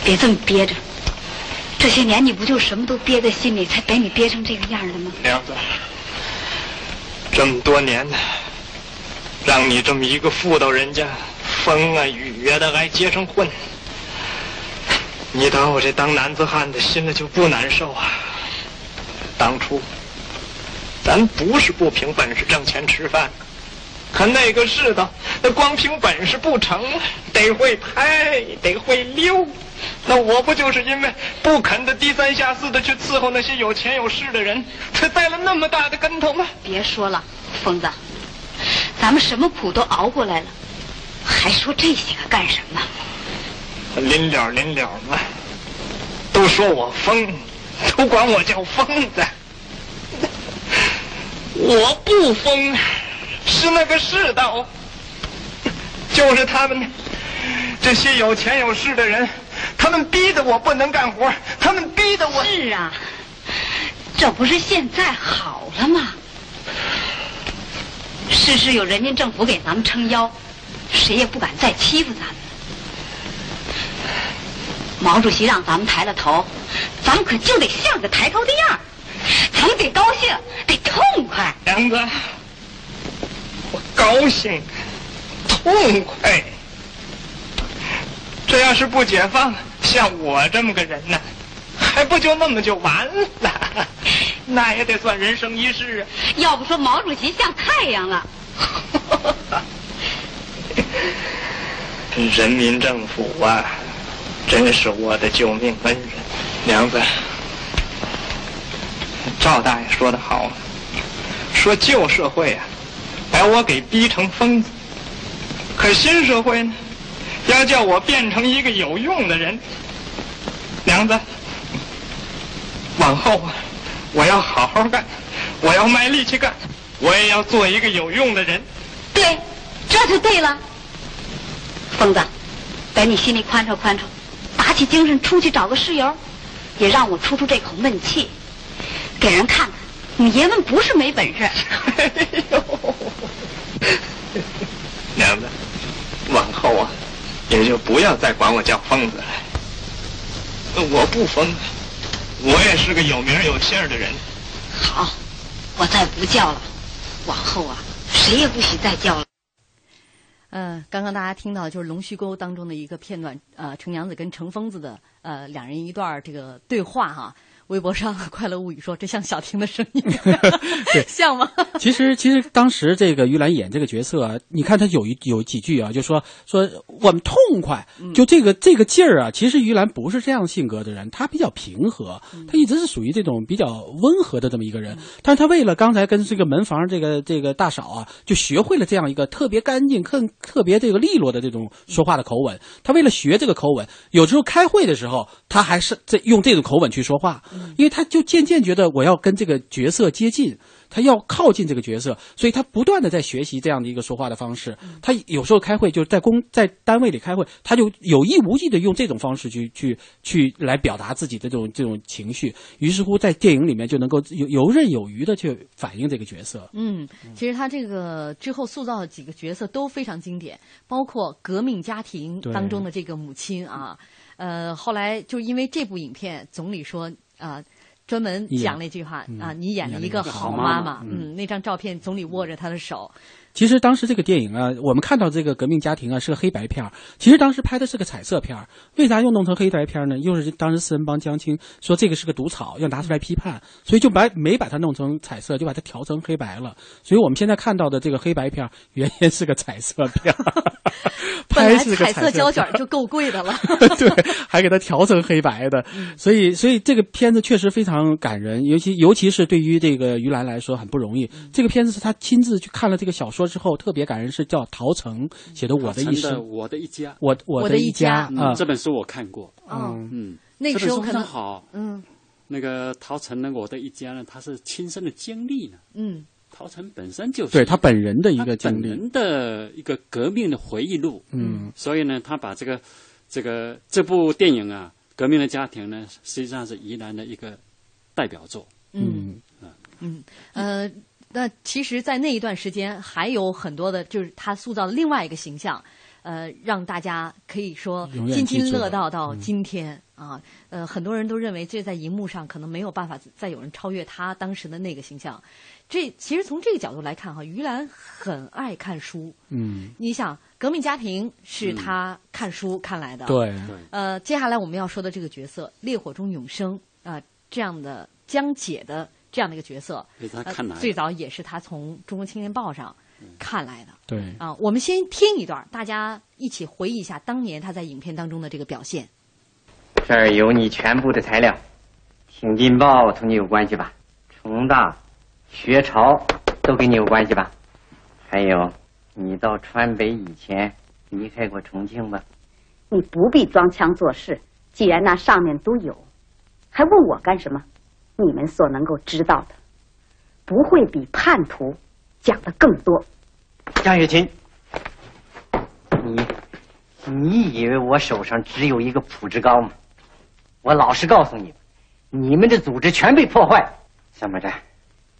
别这么憋着。这些年你不就什么都憋在心里，才把你憋成这个样儿的吗？娘子，这么多年了，让你这么一个妇道人家，风啊雨啊的还结成婚，你把我这当男子汉的心里就不难受啊。当初，咱不是不凭本事挣钱吃饭，可那个世道，那光凭本事不成，得会拍，得会溜。那我不就是因为不肯的低三下四的去伺候那些有钱有势的人，才栽了那么大的跟头吗？别说了，疯子，咱们什么苦都熬过来了，还说这些个干什么？临了临了嘛，都说我疯，都管我叫疯子。 我不疯，是那个世道，就是他们这些有钱有势的人，他们逼得我不能干活，他们逼得我。是啊，这不是现在好了吗？事是有人民政府给咱们撑腰，谁也不敢再欺负咱们。毛主席让咱们抬了头，咱们可就得像个抬头的样儿，咱们得高兴，得痛快。梁子，我高兴，痛快。这要是不解放，像我这么个人呢，还不就那么就完了？ 那也得算人生一世啊！要不说毛主席像太阳了。人民政府啊，真是我的救命恩人。娘子，赵大爷说的好，说旧社会啊，把我给逼成疯子；可新社会呢，要叫我变成一个有用的人。娘子，往后啊。我要好好干，我要卖力气干，我也要做一个有用的人。对，这就对了。疯子，把你心里宽敞宽敞，打起精神出去找个室友，也让我出出这口闷气，给人看看你爷们不是没本事。哎呦，娘子，往后啊，也就不要再管我叫疯子了。我不疯。我也是个有名有姓的人。好，我再不叫了，往后啊，谁也不许再叫了。呃，刚刚大家听到就是《龙须沟》当中的一个片段，呃，程娘子跟程疯子的呃两人一段这个对话哈。微博上《快乐物语》说：“这像小婷的声 音，像吗？”其实，其实当时这个于兰演这个角色啊，你看她有一有几句啊，就说说我们痛快，就这个这个劲儿啊。其实于兰不是这样性格的人，她比较平和，她一直是属于这种比较温和的这么一个人。但是她为了刚才跟这个门房这个这个大嫂啊，就学会了这样一个特别干净、特特别这个利落的这种说话的口吻。她为了学这个口吻，有时候开会的时候，她还是这用这种口吻去说话。因为他就渐渐觉得我要跟这个角色接近，他要靠近这个角色，所以他不断的在学习这样的一个说话的方式。嗯他有时候开会就是在公在单位里开会，他就有意无意的用这种方式去去去来表达自己的这种这种情绪。于是乎，在电影里面就能够游游刃有余的去反映这个角色。嗯，其实他这个之后塑造的几个角色都非常经典，包括革命家庭当中的这个母亲啊，呃，后来就因为这部影片，总理说。啊、呃，专门讲了一句话啊、嗯呃，你演了一个好妈妈。嗯，那张照片总理握着她的手。其实当时这个电影啊，我们看到这个革命家庭啊是个黑白片儿，其实当时拍的是个彩色片儿。为啥又弄成黑白片儿呢？又是当时四人帮江青说这个是个毒草，要拿出来批判，所以就把没把它弄成彩色，就把它调成黑白了。所以我们现在看到的这个黑白片儿，原先是个彩色片儿。本来彩色胶卷就够贵的了，对，还给它调成黑白的，所以所以这个片子确实非常感人，尤其尤其是对于这个于兰来说很不容易。这个片子是他亲自去看了这个小说之后特别感人，是叫陶成写的《我的一生》，我的一家，嗯我 我的一家啊，这本书我看过，嗯嗯，那个时候非常好，嗯，那个陶成呢，《我的一家》呢，他是亲身的经历呢，嗯。陶成本身就是对他本人的一个经历，本人的一个革命的回忆录。嗯，所以呢，他把这个这个这部电影啊，《革命的家庭》呢，实际上是宜兰的一个代表作。嗯嗯嗯呃，那其实，在那一段时间，还有很多的，就是他塑造的另外一个形象，呃，让大家可以说津津乐道到今天、嗯、啊。呃，很多人都认为这在荧幕上可能没有办法再有人超越他当时的那个形象。这其实从这个角度来看哈，于兰很爱看书。嗯，你想，《革命家庭》是她看书看来的。嗯、对。呃，接下来我们要说的这个角色，《烈火中永生》啊、呃，这样的江姐的这样的一个角色，看来呃、最早也是她从《中国青年报》上看来的。对。啊、呃，我们先听一段，大家一起回忆一下当年她在影片当中的这个表现。这儿有你全部的材料，《挺进报》同你有关系吧？重大。学潮都跟你有关系吧？还有，你到川北以前离开过重庆吧？你不必装腔作势，既然那上面都有，还问我干什么？你们所能够知道的，不会比叛徒讲的更多。江雪琴，你你以为我手上只有一个普之高吗？我老实告诉你，你们的组织全被破坏。小马站。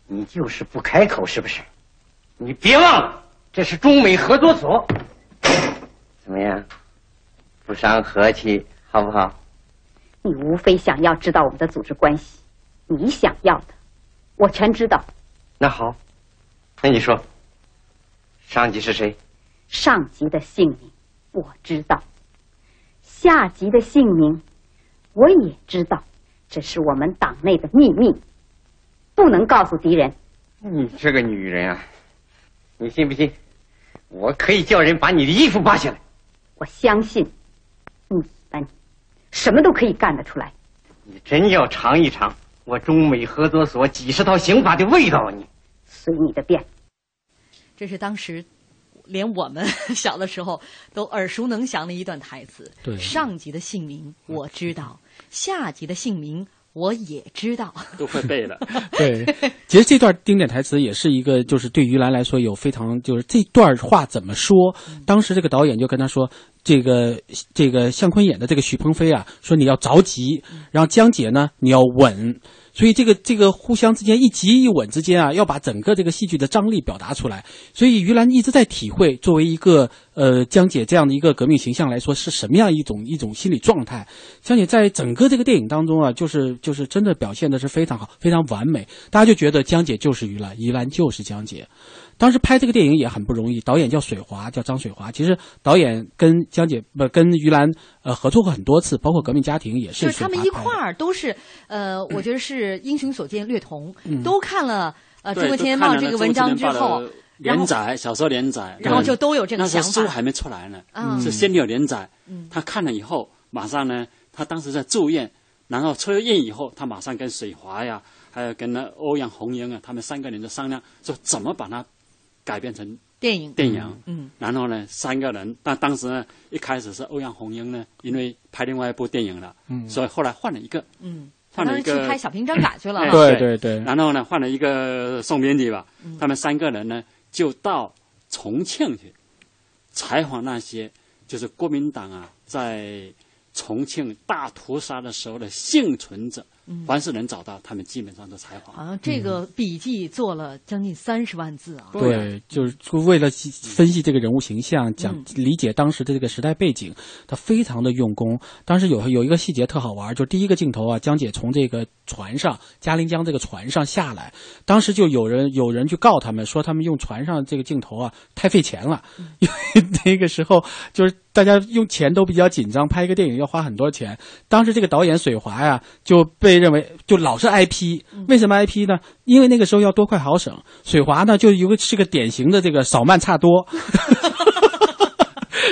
你就是不开口，是不是？你别忘了，这是中美合作所。怎么样？不伤和气，好不好？你无非想要知道我们的组织关系，你想要的，我全知道。那好，那你说，上级是谁？上级的姓名我知道，下级的姓名我也知道，这是我们党内的秘密，不能告诉敌人。你这个女人啊，你信不信？我可以叫人把你的衣服扒下来。我相信，你班什么都可以干得出来。你真要尝一尝我中美合作所几十套刑法的味道啊！你随你的便。这是当时连我们 小的时候都耳熟能详的一段台词。对上级的姓名我知道，下级的姓名我也知道。都会背 的。 对，其实这段经典台词也是一个，就是对于兰来说有非常就是这段话怎么说？嗯当时这个导演就跟他说，这个这个向坤演的这个许鹏飞啊，说你要着急，嗯然后江姐呢你要稳。所以这个这个互相之间一急一稳之间啊，要把整个这个戏剧的张力表达出来。所以于兰一直在体会，作为一个呃江姐这样的一个革命形象来说，是什么样一种一种心理状态。江姐在整个这个电影当中啊，就是就是真的表现的是非常好，非常完美。大家就觉得江姐就是于兰，于兰就是江姐。当时拍这个电影也很不容易，导演叫水华，叫张水华。其实导演跟江姐不、跟于兰呃合作过很多次，包括《革命家庭》也是水就华拍的。是他们一块儿都是，呃，我觉得是英雄所见略同，嗯都看了呃对周文天茂这个文章之后，然连后载小说连载，嗯然后就都有这个那时候想法书还没出来呢，嗯是先有连载嗯。他看了以后，马上呢，他当时在住院，然后出院以后，他马上跟水华呀，还有跟那欧阳红英啊，他们三个人就商量，说怎么把它改编成电影电影。嗯，然后呢，三个人，但当时呢，一开始是欧阳红英呢，因为拍另外一部电影了，嗯所以后来换了一个，嗯，他换当了时一去个拍小平张嘎去了啊哎哈，对对对然后呢，换了一个宋编辑吧，嗯他们三个人呢就到重庆去采访那些就是国民党啊在重庆大屠杀的时候的幸存者，嗯凡是能找到，他们基本上都采访。好像这个笔记做了将近三十万字啊，对，就是为了分析这个人物形象，讲理解当时的这个时代背景，他非常的用功。当时有有一个细节特好玩，就第一个镜头啊，江姐从这个船上嘉陵江这个船上下来，当时就有人有人去告他们，说他们用船上这个镜头啊太费钱了，因为那个时候就是大家用钱都比较紧张，拍一个电影要花很多钱。当时这个导演水华呀就被认为就老是挨批，为什么挨批呢？因为那个时候要多快好省，水华呢就有个是个典型的这个少慢差 多。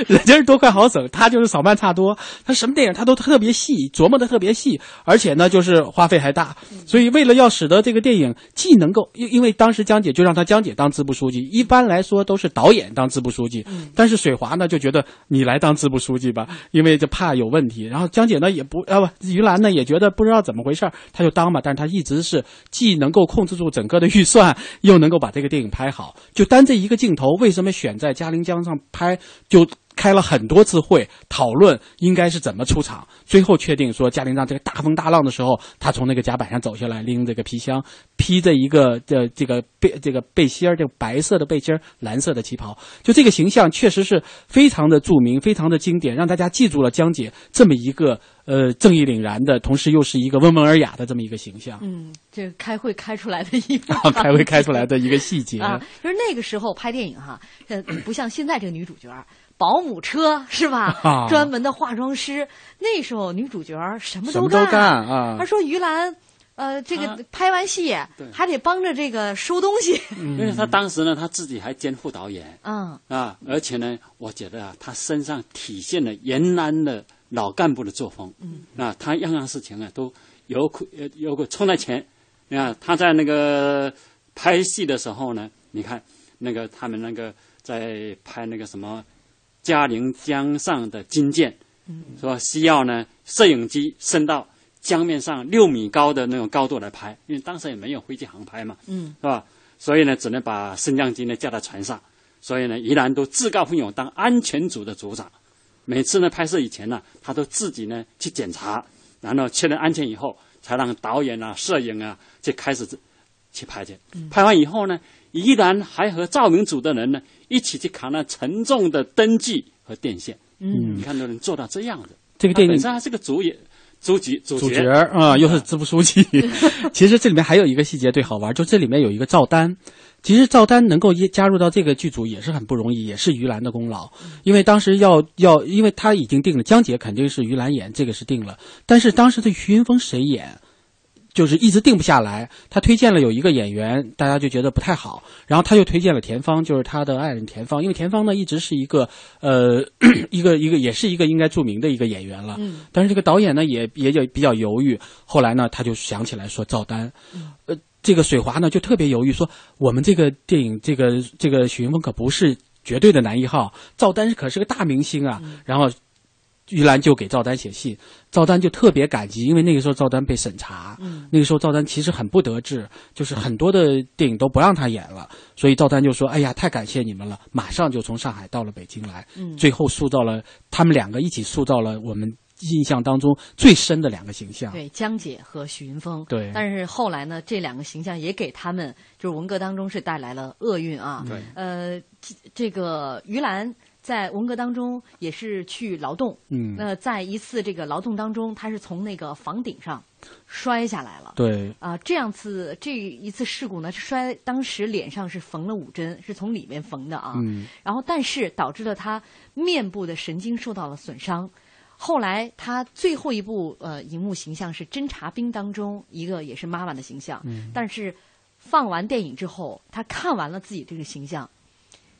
人家是多快好省，他就是少慢差多。他什么电影他都特别细，琢磨的特别细，而且呢就是花费还大。嗯所以为了要使得这个电影既能够，因因为当时江姐就让他江姐当支部书记，一般来说都是导演当支部书记，但是水华呢就觉得你来当支部书记吧，因为就怕有问题。然后江姐呢也不啊不，于兰呢也觉得不知道怎么回事儿，她就当嘛，但是她一直是既能够控制住整个的预算，又能够把这个电影拍好。就单这一个镜头，为什么选在嘉陵江上拍？就开了很多次会讨论应该是怎么出场，最后确定说嘉陵江这个大风大浪的时候，他从那个甲板上走下来，拎着个皮箱，披着一个这这个背这个背心儿，这个白色的背心儿，蓝色的旗袍，就这个形象确实是非常的著名，非常的经典，让大家记住了江姐这么一个呃正义凛然的，同时又是一个温文尔雅的这么一个形象，嗯，这开会开出来的一部开会开出来的一个细节。啊，就是那个时候拍电影哈，呃，不像现在这个女主角儿，保姆车是吧？啊专门的化妆师，那时候女主角儿什么什都么都干啊她说于兰，呃，这啊个拍完戏、对还得帮着这个收东西，因为他当时呢，他自己还兼副导演嗯啊，而且呢，我觉得啊，他身上体现了延安的老干部的作风。嗯，啊，他样样事情啊都有苦有有个冲在前。你看啊他在那个拍戏的时候呢，你看那个他们那个在拍那个什么嘉陵江上的金舰，嗯是吧？需要呢摄影机伸到江面上六米高的那种高度来拍，因为当时也没有飞机航拍嘛，嗯是吧？所以呢，只能把升降机呢架在船上。所以呢，宜兰都自告奋勇当安全组的组长。每次呢拍摄以前呢，他都自己呢去检查，然后确认安全以嗯后，才让导演啊、摄影啊就开始去拍去。拍完以后呢，依然还和照明组的人呢一起去扛那沉重的灯具和电线。嗯你看都能做到这样的。这个电他影本身还是个主演、主角、主主角角儿啊、又是支部书记。其实这里面还有一个细节最好玩，就这里面有一个赵丹。其实赵丹能够一加入到这个剧组也是很不容易，也是于兰的功劳。因为当时要要，因为他已经定了江姐肯定是于兰演，这个是定了。但是当时的徐云峰谁演，就是一直定不下来。他推荐了有一个演员，大家就觉得不太好，然后他又推荐了田芳，就是他的爱人田芳，因为田芳呢一直是一个呃一个一个也是一个应该著名的一个演员了。嗯但是这个导演呢也也也比较犹豫，后来呢他就想起来说赵丹，呃，这个水华呢就特别犹豫说，我们这个电影这个这个许云峰可不是绝对的男一号，赵丹可是个大明星啊。嗯然后于兰就给赵丹写信，赵丹就特别感激，因为那个时候赵丹被审查，嗯那个时候赵丹其实很不得志，就是很多的电影都不让他演了，所以赵丹就说：“哎呀，太感谢你们了！”马上就从上海到了北京来，嗯最后塑造了他们两个一起塑造了我们印象当中最深的两个形象。嗯对，江姐和许云峰。对但是后来呢，这两个形象也给他们就是文革当中是带来了厄运啊。对呃，这这个于兰在文革当中也是去劳动，嗯那在一次这个劳动当中，她是从那个房顶上摔下来了。对，啊、这样次这一次事故呢，是摔当时脸上是缝了五针，是从里面缝的啊。嗯然后但是导致了他面部的神经受到了损伤。后来他最后一部呃荧幕形象是侦察兵当中一个也是妈妈的形象，嗯但是放完电影之后，他看完了自己这个形象，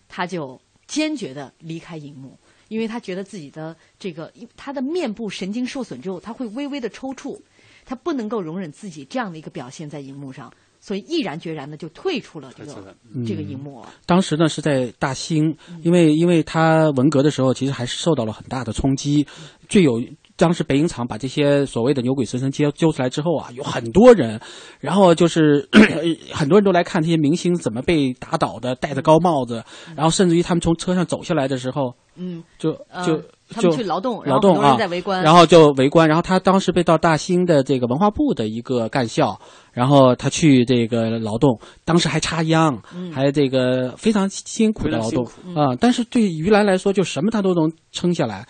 他就坚决的离开荧幕。因为他觉得自己的这个，他的面部神经受损之后，他会微微的抽搐，他不能够容忍自己这样的一个表现在荧幕上，所以毅然决然的就退出了这退出个了嗯这个荧幕了。当时呢是在大兴，嗯因为因为他文革的时候，其实还是受到了很大的冲击。最有当时北影厂把这些所谓的牛鬼蛇神揪揪出来之后啊，有很多人，然后就是 很多人都来看这些明星怎么被打倒的，戴着高帽子，然后甚至于他们从车上走下来的时候，嗯，就呃就、他就们去劳动，然劳后动很多人啊，在围观，然后就围观，然后他当时被到大兴的这个文化部的一个干校，然后他去这个劳动，当时还插秧，嗯还这个非常辛苦的劳动非常辛啊、但是对于兰来说，就什么他都能撑下来。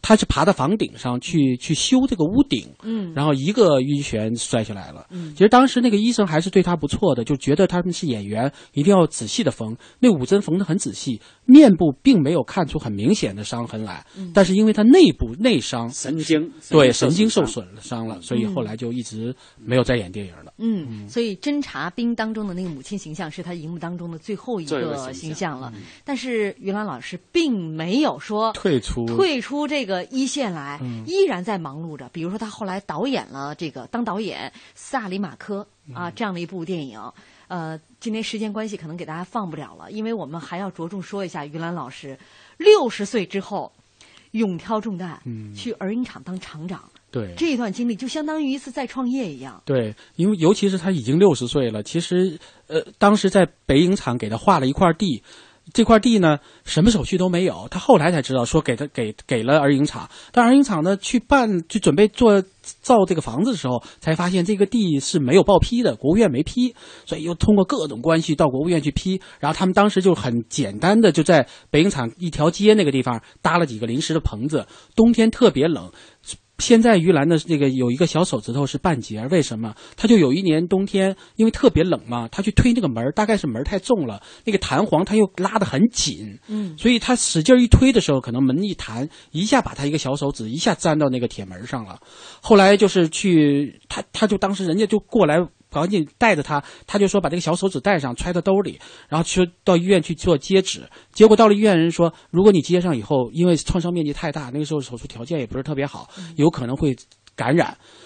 他是爬到房顶上去去修这个屋顶，嗯然后一个晕眩摔下来了。嗯其实当时那个医生还是对他不错的，就觉得他们是演员，一定要仔细的缝。那五针缝得很仔细，面部并没有看出很明显的伤痕来，嗯但是因为他内部内伤，神经对神神经经受受损损了伤了，所以后来就一直没有再演电影了。嗯，所以侦察兵当中的那个母亲形象是他荧幕当中的最后一最后一个个形形象了。但是于兰老师并没有说退出退出这个一线来，嗯依然在忙碌着。比如说，他后来导演了这个当导演《萨里马科》嗯啊这样的一部电影。呃，今天时间关系，可能给大家放不了了，因为我们还要着重说一下于兰老师六十岁之后勇挑重担、嗯去儿影厂当厂长。对这一段经历就相当于一次再创业一样。对，因为尤其是他已经六十岁了，其实呃，当时在北影厂给他划了一块地，这块地呢什么手续都没有，他后来才知道说给他给给了儿影厂，但儿影厂呢去办去准备做造这个房子的时候，才发现这个地是没有报批的，国务院没批，所以又通过各种关系到国务院去批，然后他们当时就很简单的就在北影厂一条街那个地方搭了几个临时的棚子，冬天特别冷。现在于兰的那个有一个小手指头是半截儿，为什么？他就有一年冬天，因为特别冷嘛，他去推那个门儿，大概是门儿太重了，那个弹簧他又拉得很紧，嗯所以他使劲儿一推的时候，可能门一弹，一下把他一个小手指一下粘到那个铁门上了。后来就是去他，他就当时人家就过来。赶紧带着他，他就说把这个小手指戴上，揣到兜里，然后去到医院去做接指。结果到了医院，人说如果你接上以后，因为创伤面积太大，那个时候手术条件也不是特别好，有可能会感染，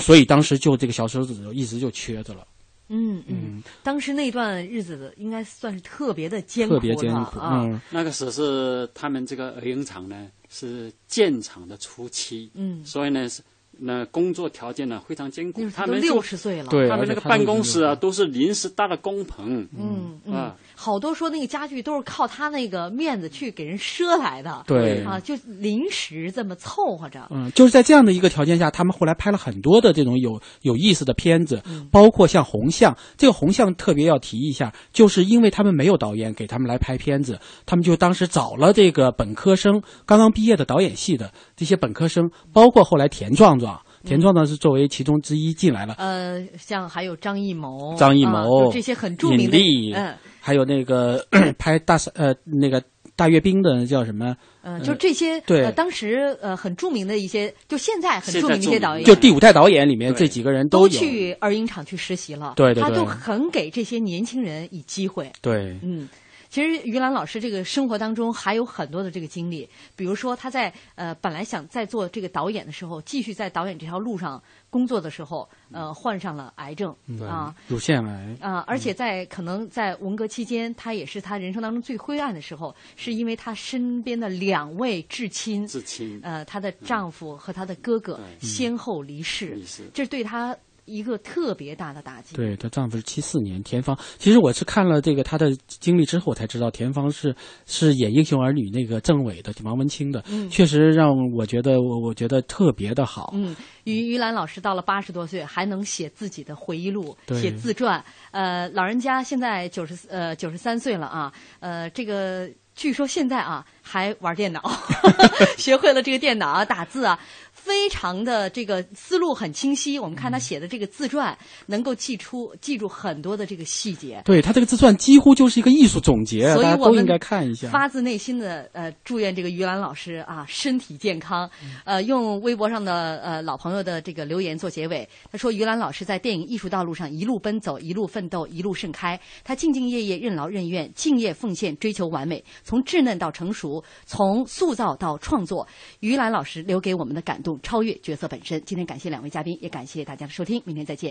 所以当时就这个小手指头一直就缺着了。嗯嗯，当时那段日子应该算是特别的艰苦了特别艰苦啊。嗯那个时是他们这个儿影厂呢是建厂的初期，嗯所以呢是那工作条件呢非常艰苦那时候，他们都就60岁了对他们而且那个他们办公室啊都是临时搭的工棚，嗯嗯啊，好多说那个家具都是靠他那个面子去给人赊来的，对啊，就临时这么凑合着。嗯，就是在这样的一个条件下，他们后来拍了很多的这种有有意思的片子，嗯包括像《红象》。这个《红象》特别要提一下，就是因为他们没有导演给他们来拍片子，他们就当时找了这个本科生刚刚毕业的导演系的这些本科生，包括后来田壮壮。嗯田壮壮是作为其中之一进来了，呃，像还有张艺谋、张艺啊谋、就这些很著名尹的，力嗯还有那个 拍大三呃那个大阅兵的叫什么？嗯，就这些，对呃当时呃很著名的一些，就现在很著名的一些导演，就第五代导演里面这几个人都有，去二影厂去实习了，对对他对都很给这些年轻人以机会，对，嗯。其实于兰老师这个生活当中还有很多的这个经历，比如说他在呃本来想在做这个导演的时候，继续在导演这条路上工作的时候，呃患上了癌症嗯啊，乳腺癌，嗯啊、而且在可能在文革期间，他也是他人生当中最灰暗的时候，是因为他身边的两位至亲，至亲，呃，她的丈夫和她的哥哥先后离世，这对她一个特别大的打击。嗯对她丈夫是七四年田芳。其实我是看了这个她的经历之后，我才知道田芳是是演《英雄儿女》那个政委的王文清的，嗯确实让我觉得我我觉得特别的好。嗯，于于兰老师到了八十多岁，还能写自己的回忆录，对写自传。呃，老人家现在九十呃九十三岁了啊，呃，这个据说现在啊还玩电脑， 学会了这个电脑啊打字啊。非常的这个思路很清晰，我们嗯看他写的这个自传，能够记出记住很多的这个细节。对她这个自传几乎就是一个艺术总结，所以啊大家我都们应该看一下。发自内心的呃，祝愿这个于兰老师啊身体健康。嗯呃，用微博上的呃老朋友的这个留言做结尾，他说于兰老师在电影艺术道路上一路奔走，一路奋斗，一路盛开。他兢兢业业，任劳任怨，敬业奉献，追求完美，从稚嫩到成熟，从塑造到创作。于兰老师留给我们的感动，超越角色本身。今天感谢两位嘉宾，也感谢大家的收听，明天再见。